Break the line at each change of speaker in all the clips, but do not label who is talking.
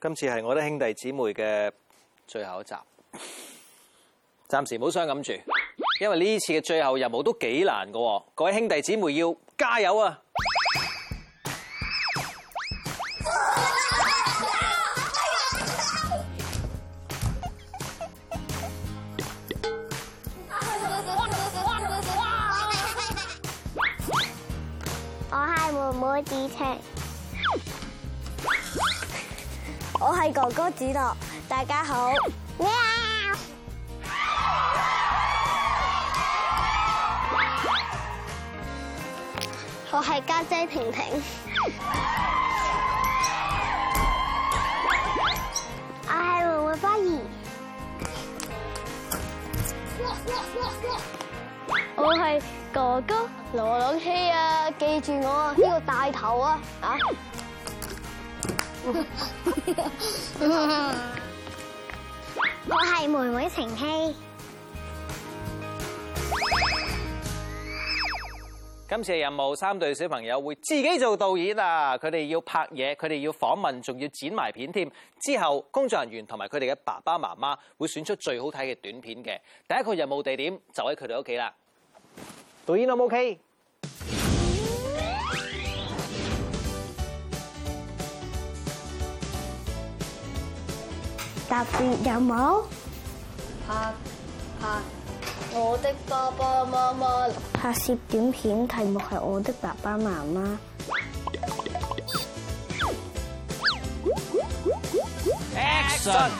今次係我啲兄弟姊妹嘅最後一集，暫時唔好傷感住，因為呢次嘅最後任務都幾難㗎喎。各位兄弟姊妹要加油啊！
我係妹妹子晴，我係哥哥子樂，大家好。喵！我係家姐婷婷， 我係妹妹花兒，我係哥哥羅朗希啊！記住我啊，呢個大頭啊啊！我係妹妹晴希。
今次嘅任務，三對小朋友會自己做導演啊！佢哋要拍嘢，佢哋要訪問，仲要剪埋片添。之後，工作人員同埋佢哋嘅爸爸媽媽會選出最好睇嘅短片嘅。第一個任務地點就喺佢哋屋企啦。導演 O 唔 OK？
特別有冇？
拍拍我的爸爸媽媽，
拍攝短片題目係我的爸爸媽媽。
Action！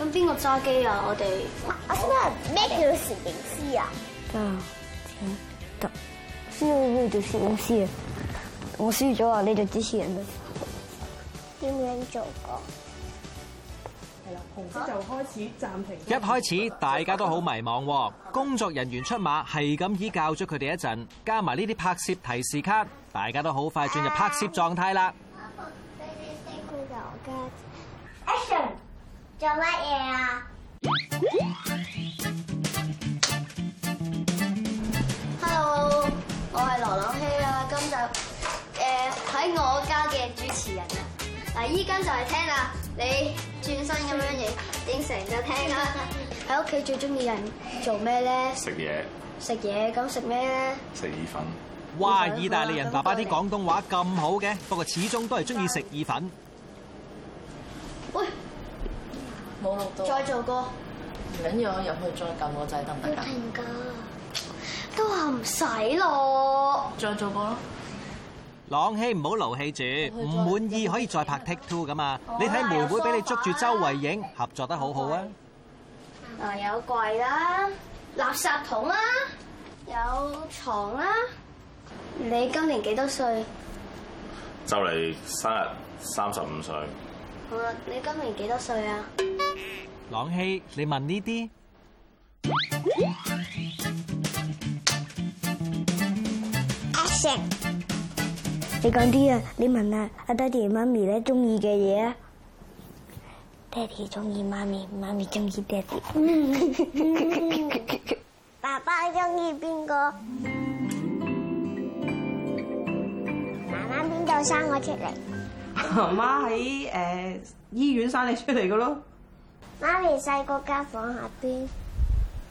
咁邊個揸機啊？我哋
我想問咩叫攝影師啊？啊，得，先要做攝影師啊！我輸咗啊！你做主持人啊？點樣做過？
係啦，紅色就開始暫停。
一開始大家都好迷茫喎，工作人員出馬係咁依教咗佢哋一陣，加埋呢啲拍攝提示卡，大家都好快進入拍攝狀態啦。
佢就我家 Action，做乜嘢啊？
，Hello，我係羅朗希啊，今集
ờ,
誒喺我家嘅主持人啊，嗱依家就係聽啦，你轉身咁樣影影成就聽啦。喺屋企最中意人做咩咧？
食嘢，
食嘢咁食咩咧？
食意粉，
哇！意大利人爸爸啲廣東話咁好嘅，不過始終都係中意食意粉。
喂，
冇錄到，
再做過
唔緊要，我入去再撳個掣得唔
哎
得㗎？
停㗎，都話唔使咯。
再做過咯，
朗希唔好勞氣住，唔滿意可以再拍 take two 噶嘛。你睇妹妹俾你捉住周圍影，合作得好好啊！
嗱，啊有櫃啦，垃圾桶啦，有床啦。你今年幾多歲？
就嚟生日三十五歲，
好啦，你今年幾多歲啊？
朗希，你問呢啲，
你講啲啊！你問下阿爹哋媽咪咧中意嘅嘢啊！爹哋中意媽咪，媽咪中意爹 哋。爸爸中意邊個？媽媽邊度生我出嚟？
媽 媽喺誒醫院生你出嚟嘅咯。
媽咪細個間房下邊。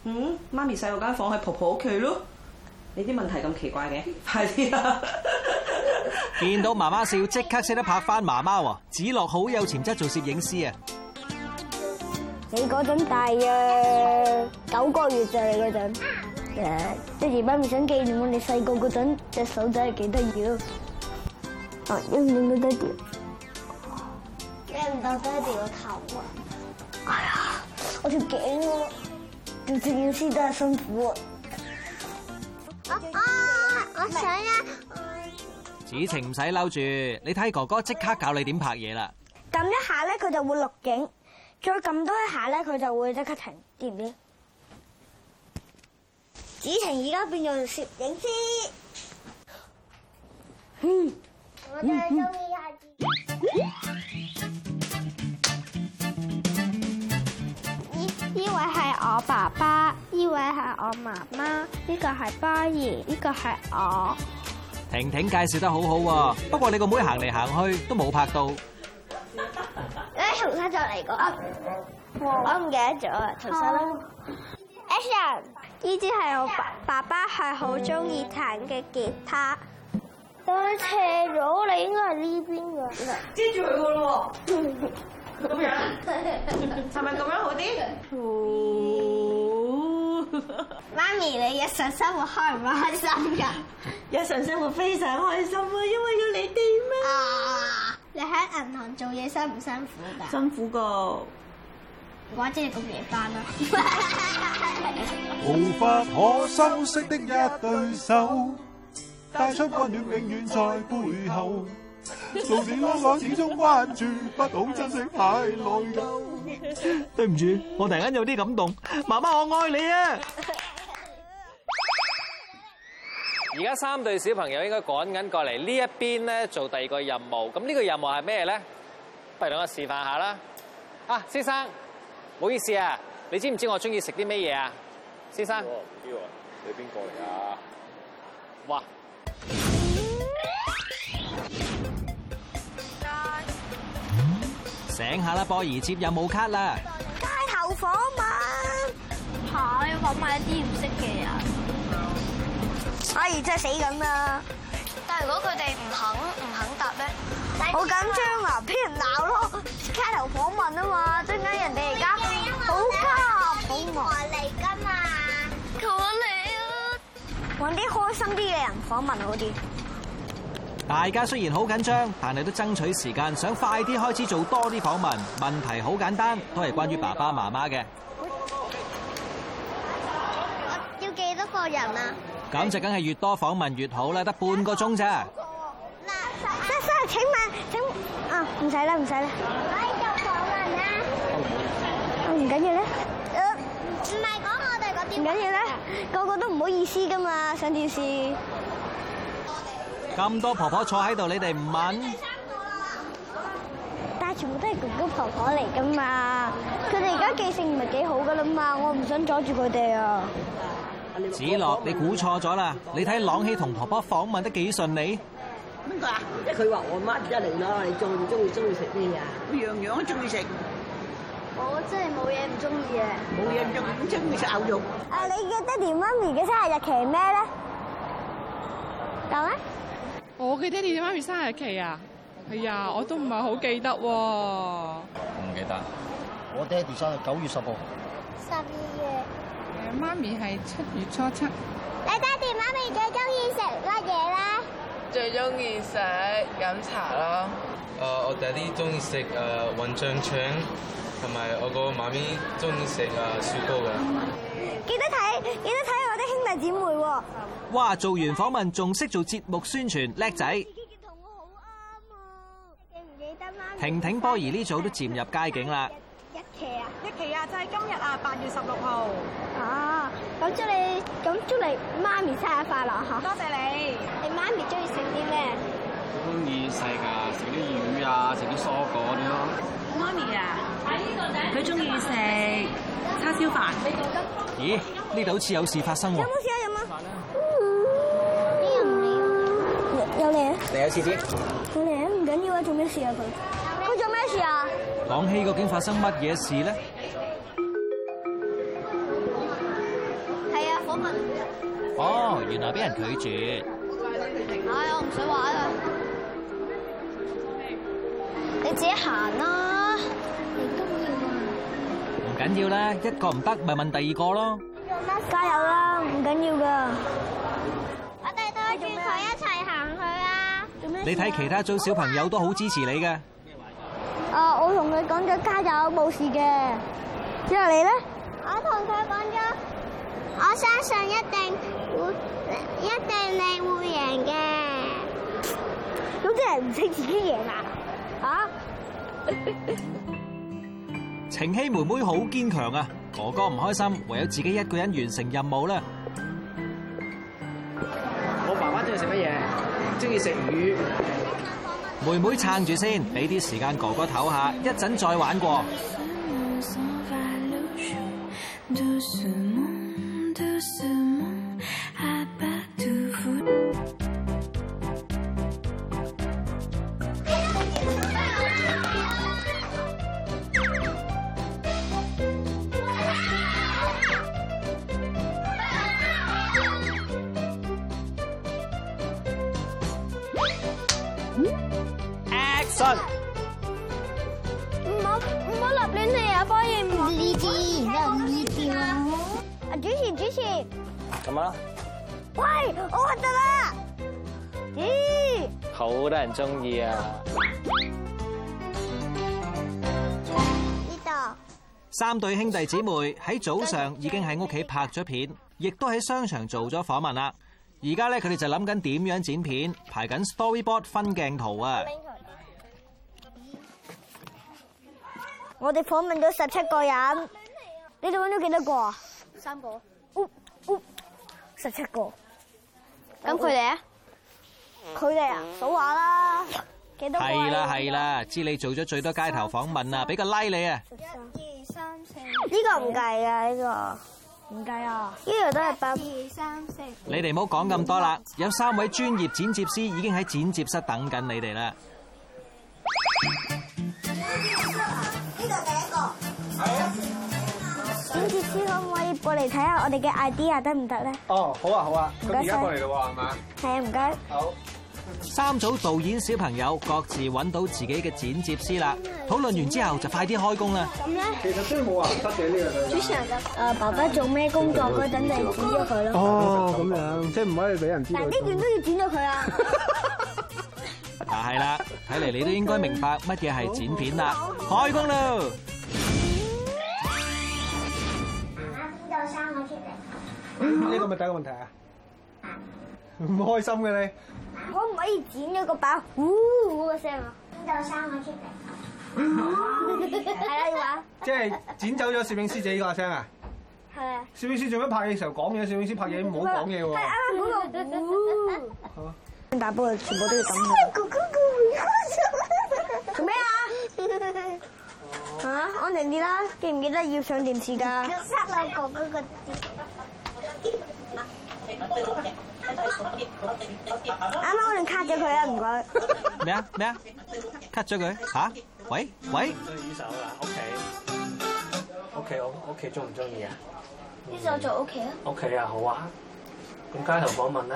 嗯，媽咪細個間房喺婆婆屋企咯。你啲問題咁奇怪嘅，啊快啲啦！
見到媽媽笑，即刻識得拍翻媽媽喎。子樂好有潛質做攝影師啊！
你嗰陣大約九個月就你嗰陣，誒，爹哋媽咪想紀念我哋細個嗰陣隻手仔係幾得意咯。啊，影唔影到爹哋？影唔到爹哋個頭啊！哎呀，我條頸啊！做攝影師都係辛苦啊！啊！我想啊！
子晴唔使嬲住，你睇哥哥即刻教你點拍嘢啦。
撳一下咧，佢就會錄影；再撳多一下咧，佢就會即刻停，知唔知？子晴而家變做攝影師。
嗯
我最中意阿子。呢呢位係我爸爸，呢位係我媽媽，呢個係波兒，呢個係我。
婷婷介紹得好好喎，不過你個妹行嚟行去都冇拍到。
條溪就嚟過，我唔記得咗啊，頭先啦。Action，呢支係我爸爸爸係好中意彈嘅吉他。咁斜咗，你應該係呢邊噶。
遮住佢個咯喎，咁樣係咪咁樣好啲？
哦媽咪，你日常生活開唔開心噶？
日常生活非常開心啊，因為有你哋咩？
啊！你喺銀行做嘢辛唔辛苦㗎？
辛苦噶，
或者你咁夜班
啊
啦。
無法可修飾的一對手，帶出温暖永遠在背後。做小我始終關注，不好珍惜太內疚。
對唔住，我突然間有啲感動，媽媽我愛你啊！而家三對小朋友應該趕緊過嚟呢一邊咧做第二個任務，咁呢個任務係咩咧？不如等我示範下啦。啊，先生，唔好意思啊，你知唔知我中意食啲咩嘢啊？先生，
呢個你邊個嚟啊？
哇，醒下啦，波兒接有冇卡啦？
街頭訪問，嚇！要訪問一啲唔識嘅
啊
人，哎，真係死緊啦！
但係如果佢哋唔肯唔肯答咧，
好緊張啊，俾人鬧咯！街頭訪問啊嘛，陣間人哋而家好急好忙嚟㗎嘛，
求下你啊！
揾啲開心啲嘅人訪問好啲。
大家雖然好緊張，但係都爭取時間，想快啲開始做多啲訪問。問題好簡單，都係關於爸爸媽媽嘅。
要幾多個人啊？
咁就梗係越多訪問越好啦，得半個鐘咋。
嗱，先生請問請啊，唔使啦，唔使啦。可以做訪問啦。哦唔緊要啦。唔係講我哋嗰啲。唔緊要啦，個個都唔好意思噶嘛，上電視。
咁多婆婆坐喺度，你哋唔問？
但係全部都係哥哥婆婆嚟噶嘛，佢哋而家記性唔係幾好噶啦嘛，我唔想阻住佢哋啊。
子樂，你估錯咗啦！你睇朗希同婆婆訪問得幾順利？
啊即係佢話我乜得嚟咯？你中唔中意中意食咩啊？
樣樣都中意食，
我真係冇嘢唔中意啊！
冇嘢中唔中意食牛肉。
啊，你嘅爹哋媽咪嘅生日日期係咩咧？講啊！
哦我嘅爹哋媽咪生日期啊，係啊，我都唔係好記得喎。
唔記得。
我爹哋生日九月十號，
十二月。
誒，媽咪係七月初七。
你爹哋媽咪最中意食乜嘢咧？
最中意食飲茶咯，
誒呃我爹哋中意食呃誒雲醬腸，同埋我個媽咪中意食誒雪糕嘅。
記得睇，記得睇我啲兄弟姊妹喎。
哇！做完訪問仲識做節目宣傳，叻仔！
自己同我好啱啊！記唔記得媽
婷婷波兒呢組都漸入佳境啦。
一期啊！
一期啊，就係今日啊，八月十六號，
哦，咁祝你，咁祝你媽咪生日快樂嚇！
多謝你。
你媽咪中意食啲咩？
中意食啊，食啲魚啊，食啲蔬果啲咯。
媽咪啊，佢中意食叉燒飯。
咦？呢度好似有事發生喎。
有冇試下飲啊？呢個唔理有你啊！
嚟有次子，
有你啊！唔緊要啊，做咩事啊佢？佢做咩事啊？
朗希究竟發生乜嘢事咧？
係啊，訪問。
哦，原來俾人拒絕。
唉，我唔想玩啦。你自己行啦，你都要啊。
唔緊要啦，一個唔得咪問第二個咯。
加油啦！唔緊要噶。我哋對住佢一齊行去啊！做咩？
你睇其他組小朋友都好支持你嘅。
啊，我同佢講咗加油，冇事嘅。之後你咧？我同佢講咗，我相信一定會，一定你會贏嘅。有啲人唔識自己贏啊！啊！
晴希妹妹好堅強啊！哥哥唔開心，唯有自己一個人完成任務啦。
我爸爸中意食乜嘢？中意食魚。
妹妹撐住先，俾啲時間哥哥唞下，一陣再玩過。身。
唔好唔好立亂嚟啊！方艷唔呢啲，唔呢啲啊！主持主持，
咁啊，
喂，我核突啦！咦，
好多人中意啊！
呢度。
三對兄弟姊妹喺早上已經喺屋企拍咗片，亦都喺商場做咗訪問啦。而家咧，佢哋就諗緊點樣剪片，排緊 storyboard 分鏡圖啊！
我哋訪問咗十七個人，你哋揾咗幾多個啊？
三個。
十七個。
咁佢哋啊？
佢哋啊，數下啦，幾多個啊？
係啦係啦，知你做咗最多街頭訪問啊，俾個 à, like 你啊！
一二三四。
呢個唔計啊，呢個唔計啊，呢個都係八。
二三四。
你哋唔好講咁多啦，有三位專業剪接師已經喺剪接室等緊你哋啦。
呢個第一個。剪接師可唔可以過嚟睇下我哋嘅 idea 得唔得咧？
哦，好啊，好啊，
唔
咁
該晒
而家過嚟咯喎，係嘛？
係啊，唔該。
好。
三組導演小朋友各自揾到自己嘅剪接師啦，討論完之後就快啲開工啦。
咁咧，
其實都冇話唔得嘅呢個對白。
人啊，爸爸做咩工作嗰陣就剪咗佢咯。
哦，咁樣，即係唔可以俾人知道
但。呢段都要剪咗佢啊！
嗱係啦，睇嚟你都應該明白乜嘢係剪片啦。開工咯！
邊度生我出嚟？
呢個咪第一個問題啊！唔開心嘅你。
可唔可以剪咗個把呼嗰個聲啊？邊度生我出嚟？係啦，要玩。
即係剪走咗攝影師自己個聲啊！
係啊。
攝影師做咩拍嘢嘅時候講嘢？攝影師拍嘢唔好講嘢
係
喎。
啱啱嗰個呼。打波全部都要等 做咩啊？嚇，安靜啲啦！記唔記得要上電視㗎？
塞落哥哥個
啱啱我哋卡咗佢啦，唔該。
咩啊咩啊，cut 咗佢吓？喂喂，
呢首啦，OK，OK，我屋企中唔中意啊
呢首做 O K 啊。
？OK 啊，好啊。咁街頭訪問咧，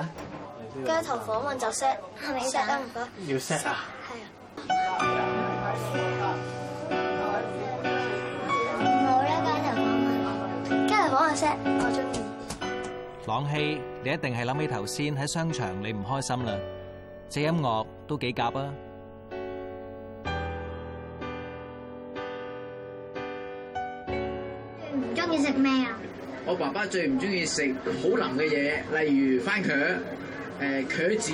街頭訪問就 set，係咪 set 啊？唔該。
要 set 啊？
冇啦，街頭訪問。街頭訪問 set，我中意。
朗希，你一定係諗起頭先喺商場你唔開心啦。隻音樂都幾夾啊！
唔中意食咩啊？
我爸爸最唔中意食好腍嘅嘢，例如番茄、誒、茄子。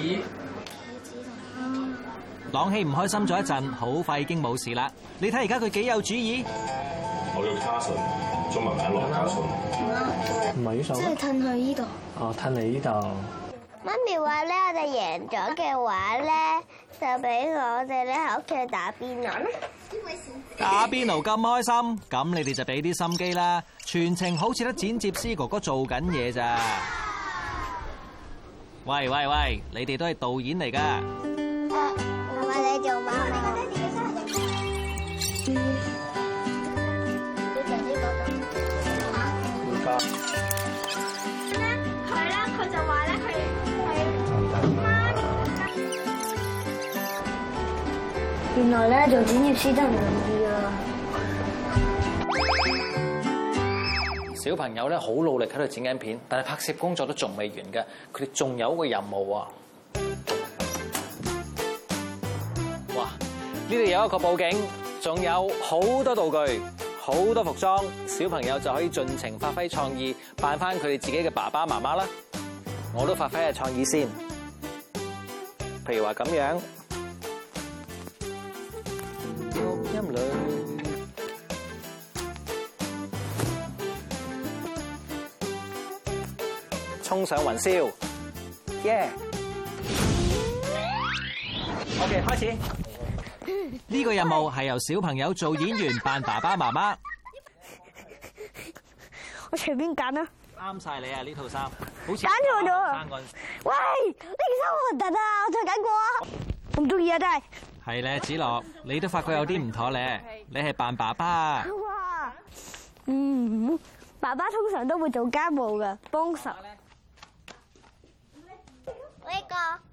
朗希唔開心咗一陣，好快已經冇事啦。你睇而家佢幾有主意？
我叫卡信，中文名羅家信。
唔係呢首
即係褪去呢度。
哦，褪嚟呢度。
媽咪話咧，我哋贏咗嘅話咧，就俾我哋咧喺屋企打邊爐啦。
打邊爐咁開心，咁你哋就俾啲心機啦。全程好似得剪接師哥哥做緊嘢咋？喂喂喂，你哋都係導演嚟㗎。
Ờ,
我話你做媽咪，
佢咧，佢就話咧，佢
原來咧做剪接師真係唔容易啊！
小朋友咧好努力喺度剪緊片，但係拍攝工作都仲未完嘅，佢哋仲有一個任務啊！哇！呢度有一個佈景，仲有好多道具、好多服裝，小朋友就可以盡情發揮創意，扮翻佢哋自己嘅爸爸媽媽啦。我都發揮下創意先，譬如話咁樣，錄音裏。衝上雲霄耶 OK，開始。呢個任務係由小朋友做演員扮爸爸媽媽，
我隨便揀啦。
啱晒你啊！呢套衫好似
揀錯咗啊
生棍
喂，呢件衫好核突啊！我再揀過啊！我唔中意啊，真係。
係咧，子樂，你都發覺有啲唔妥咧。你係扮爸爸啊，
哇！嗯，爸爸通常都會做家務噶，幫手。
呢個。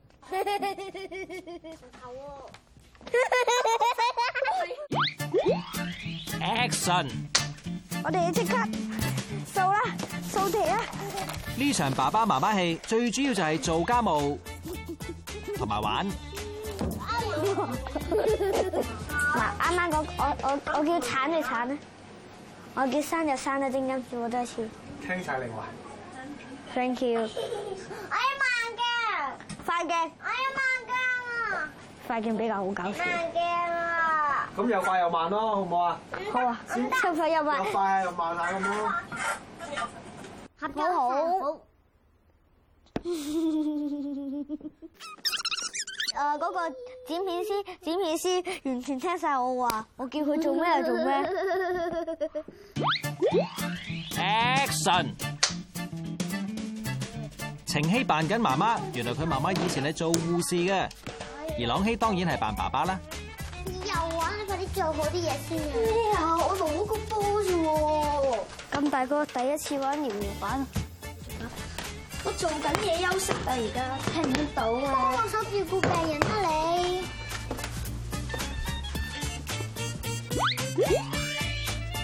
Action！
我哋即刻掃啦，啊掃地啦。
呢場爸爸媽媽戲最主要就係做家務同埋玩。
嗱，啱啱嗰我我我叫鏟就鏟啦，啊我叫生就生啦，陣間叫我多次。
聽晒你話。
Thank you。我要慢鏡，快鏡。我要慢鏡
à.
啊！快鏡比較好搞笑。慢鏡啊！
咁又快又慢咯，好唔好 啊？
好啊，出快又慢
又。快又慢下咁咯。
合好好。 呃誒嗰個剪片師，剪片師完全聽晒我話，我叫佢做咩就做 咩。
Action！程曦扮緊媽媽，原來佢媽媽以前係做護士嘅，而朗曦當然係扮爸爸啦。
又玩，快啲做好啲嘢先啊！咩啊？我攞個波啫喎，
咁大個第一次玩搖搖板，
我做緊嘢休息啊，而家聽唔聽到啊？幫手照顧病人啊，你！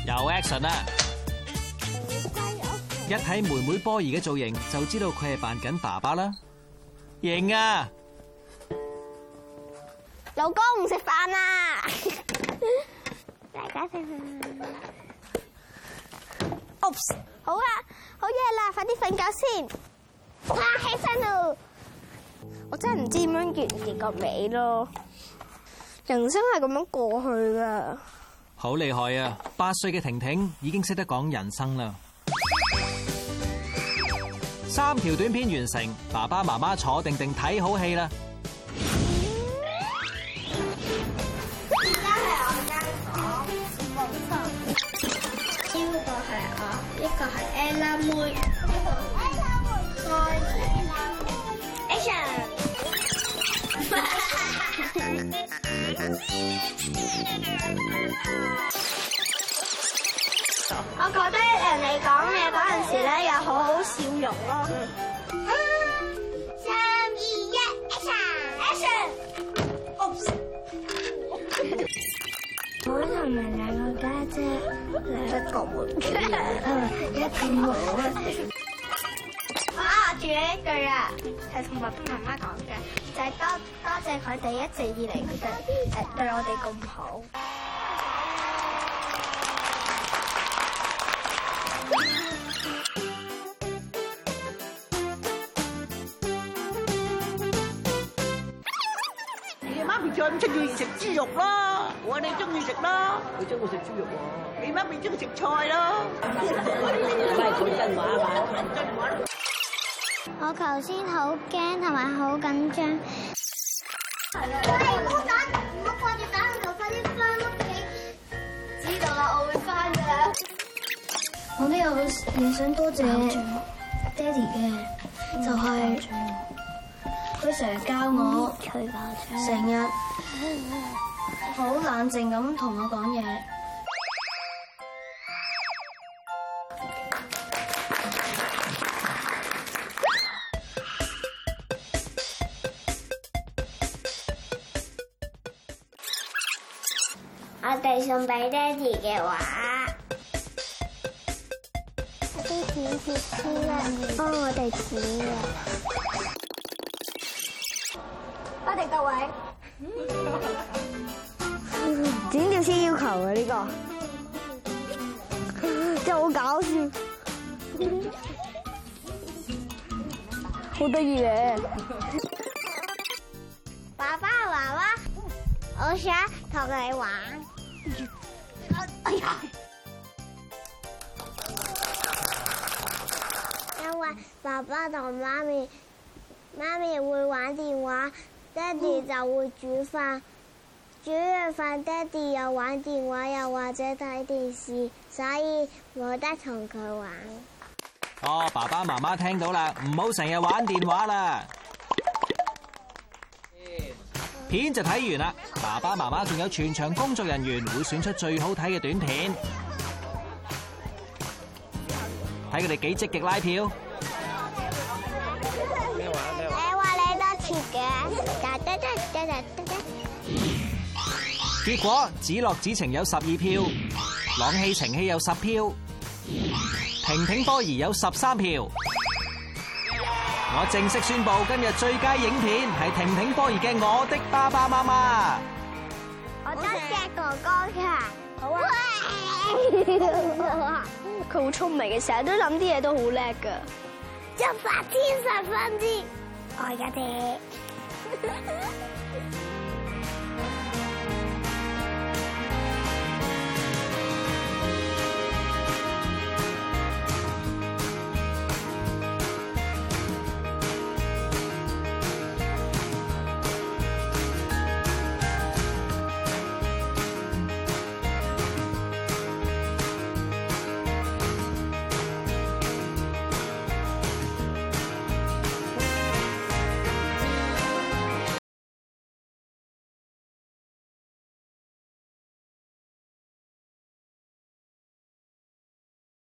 又 action 啦！一睇妹妹波兒嘅造型，就知道佢係扮緊爸爸啦。型啊！
老公唔食飯
à?
啊！大家食飯。Oops！好啊，好嘢啦，快啲瞓覺先。哇，起身咯！我真係唔知點樣完結個尾咯。人生係咁樣過去
à.
㗎。
好厲害啊！八歲嘅婷婷已經識得講人生啦。三條短片完成，爸爸媽媽坐定定睇好戲啦。
而家係我間房，冇錯。呢個係我，呢個係 Ella 妹。我覺得人哋講嘢嗰陣時咧，有好好笑容咯。三二一，action！action！
我同埋兩個家姐，兩個妹妹，一個冇啊！
啊，仲有一句啊，係同爸爸媽媽講嘅，就係多多謝佢哋一直以嚟佢哋誒對我哋咁好。
你媽咪最唔中意食豬肉咯，我哋中意食咯。佢中意食豬肉喎，你媽咪中意食菜咯。
都係講真話嘛。
我頭先好驚同埋好緊張。唔好打，唔好掛住打籃球，快啲翻屋企。知道啦，我會翻噶啦。
我都有嘢想多謝
嗯
爹哋嘅，就係佢成日教我，成日好冷靜咁同我講嘢。
我哋送俾爹哋嘅畫，啲剪接師咧幫我哋剪嘅。
多謝各位。剪掉先要求嘅呢、個， 真係好搞笑，好得意嘅。
爸爸娃娃，我想同你玩。哎呀！因為爸爸同媽咪，媽咪會玩電話，爹哋就會煮飯。煮完飯，爹哋又玩電話，又或者睇電視，所以冇得同佢玩。
哦，爸爸媽媽聽到啦，唔好成日玩電話啦。片就睇完啦，爸爸媽媽仲有全場工作人員會選出最好睇嘅短片，睇佢哋幾積極拉票。
你話你多次嘅，
結果子樂子晴有十二票，朗氣晴氣有十票，婷婷波兒有十三票。我正式宣布，今日最佳影片係婷婷波兒嘅《我的爸爸媽媽》。
我得隻哥哥㗎，好 啊！佢好聰明嘅，成日都諗啲嘢都好叻㗎。哦一百天十分之愛嘅啲。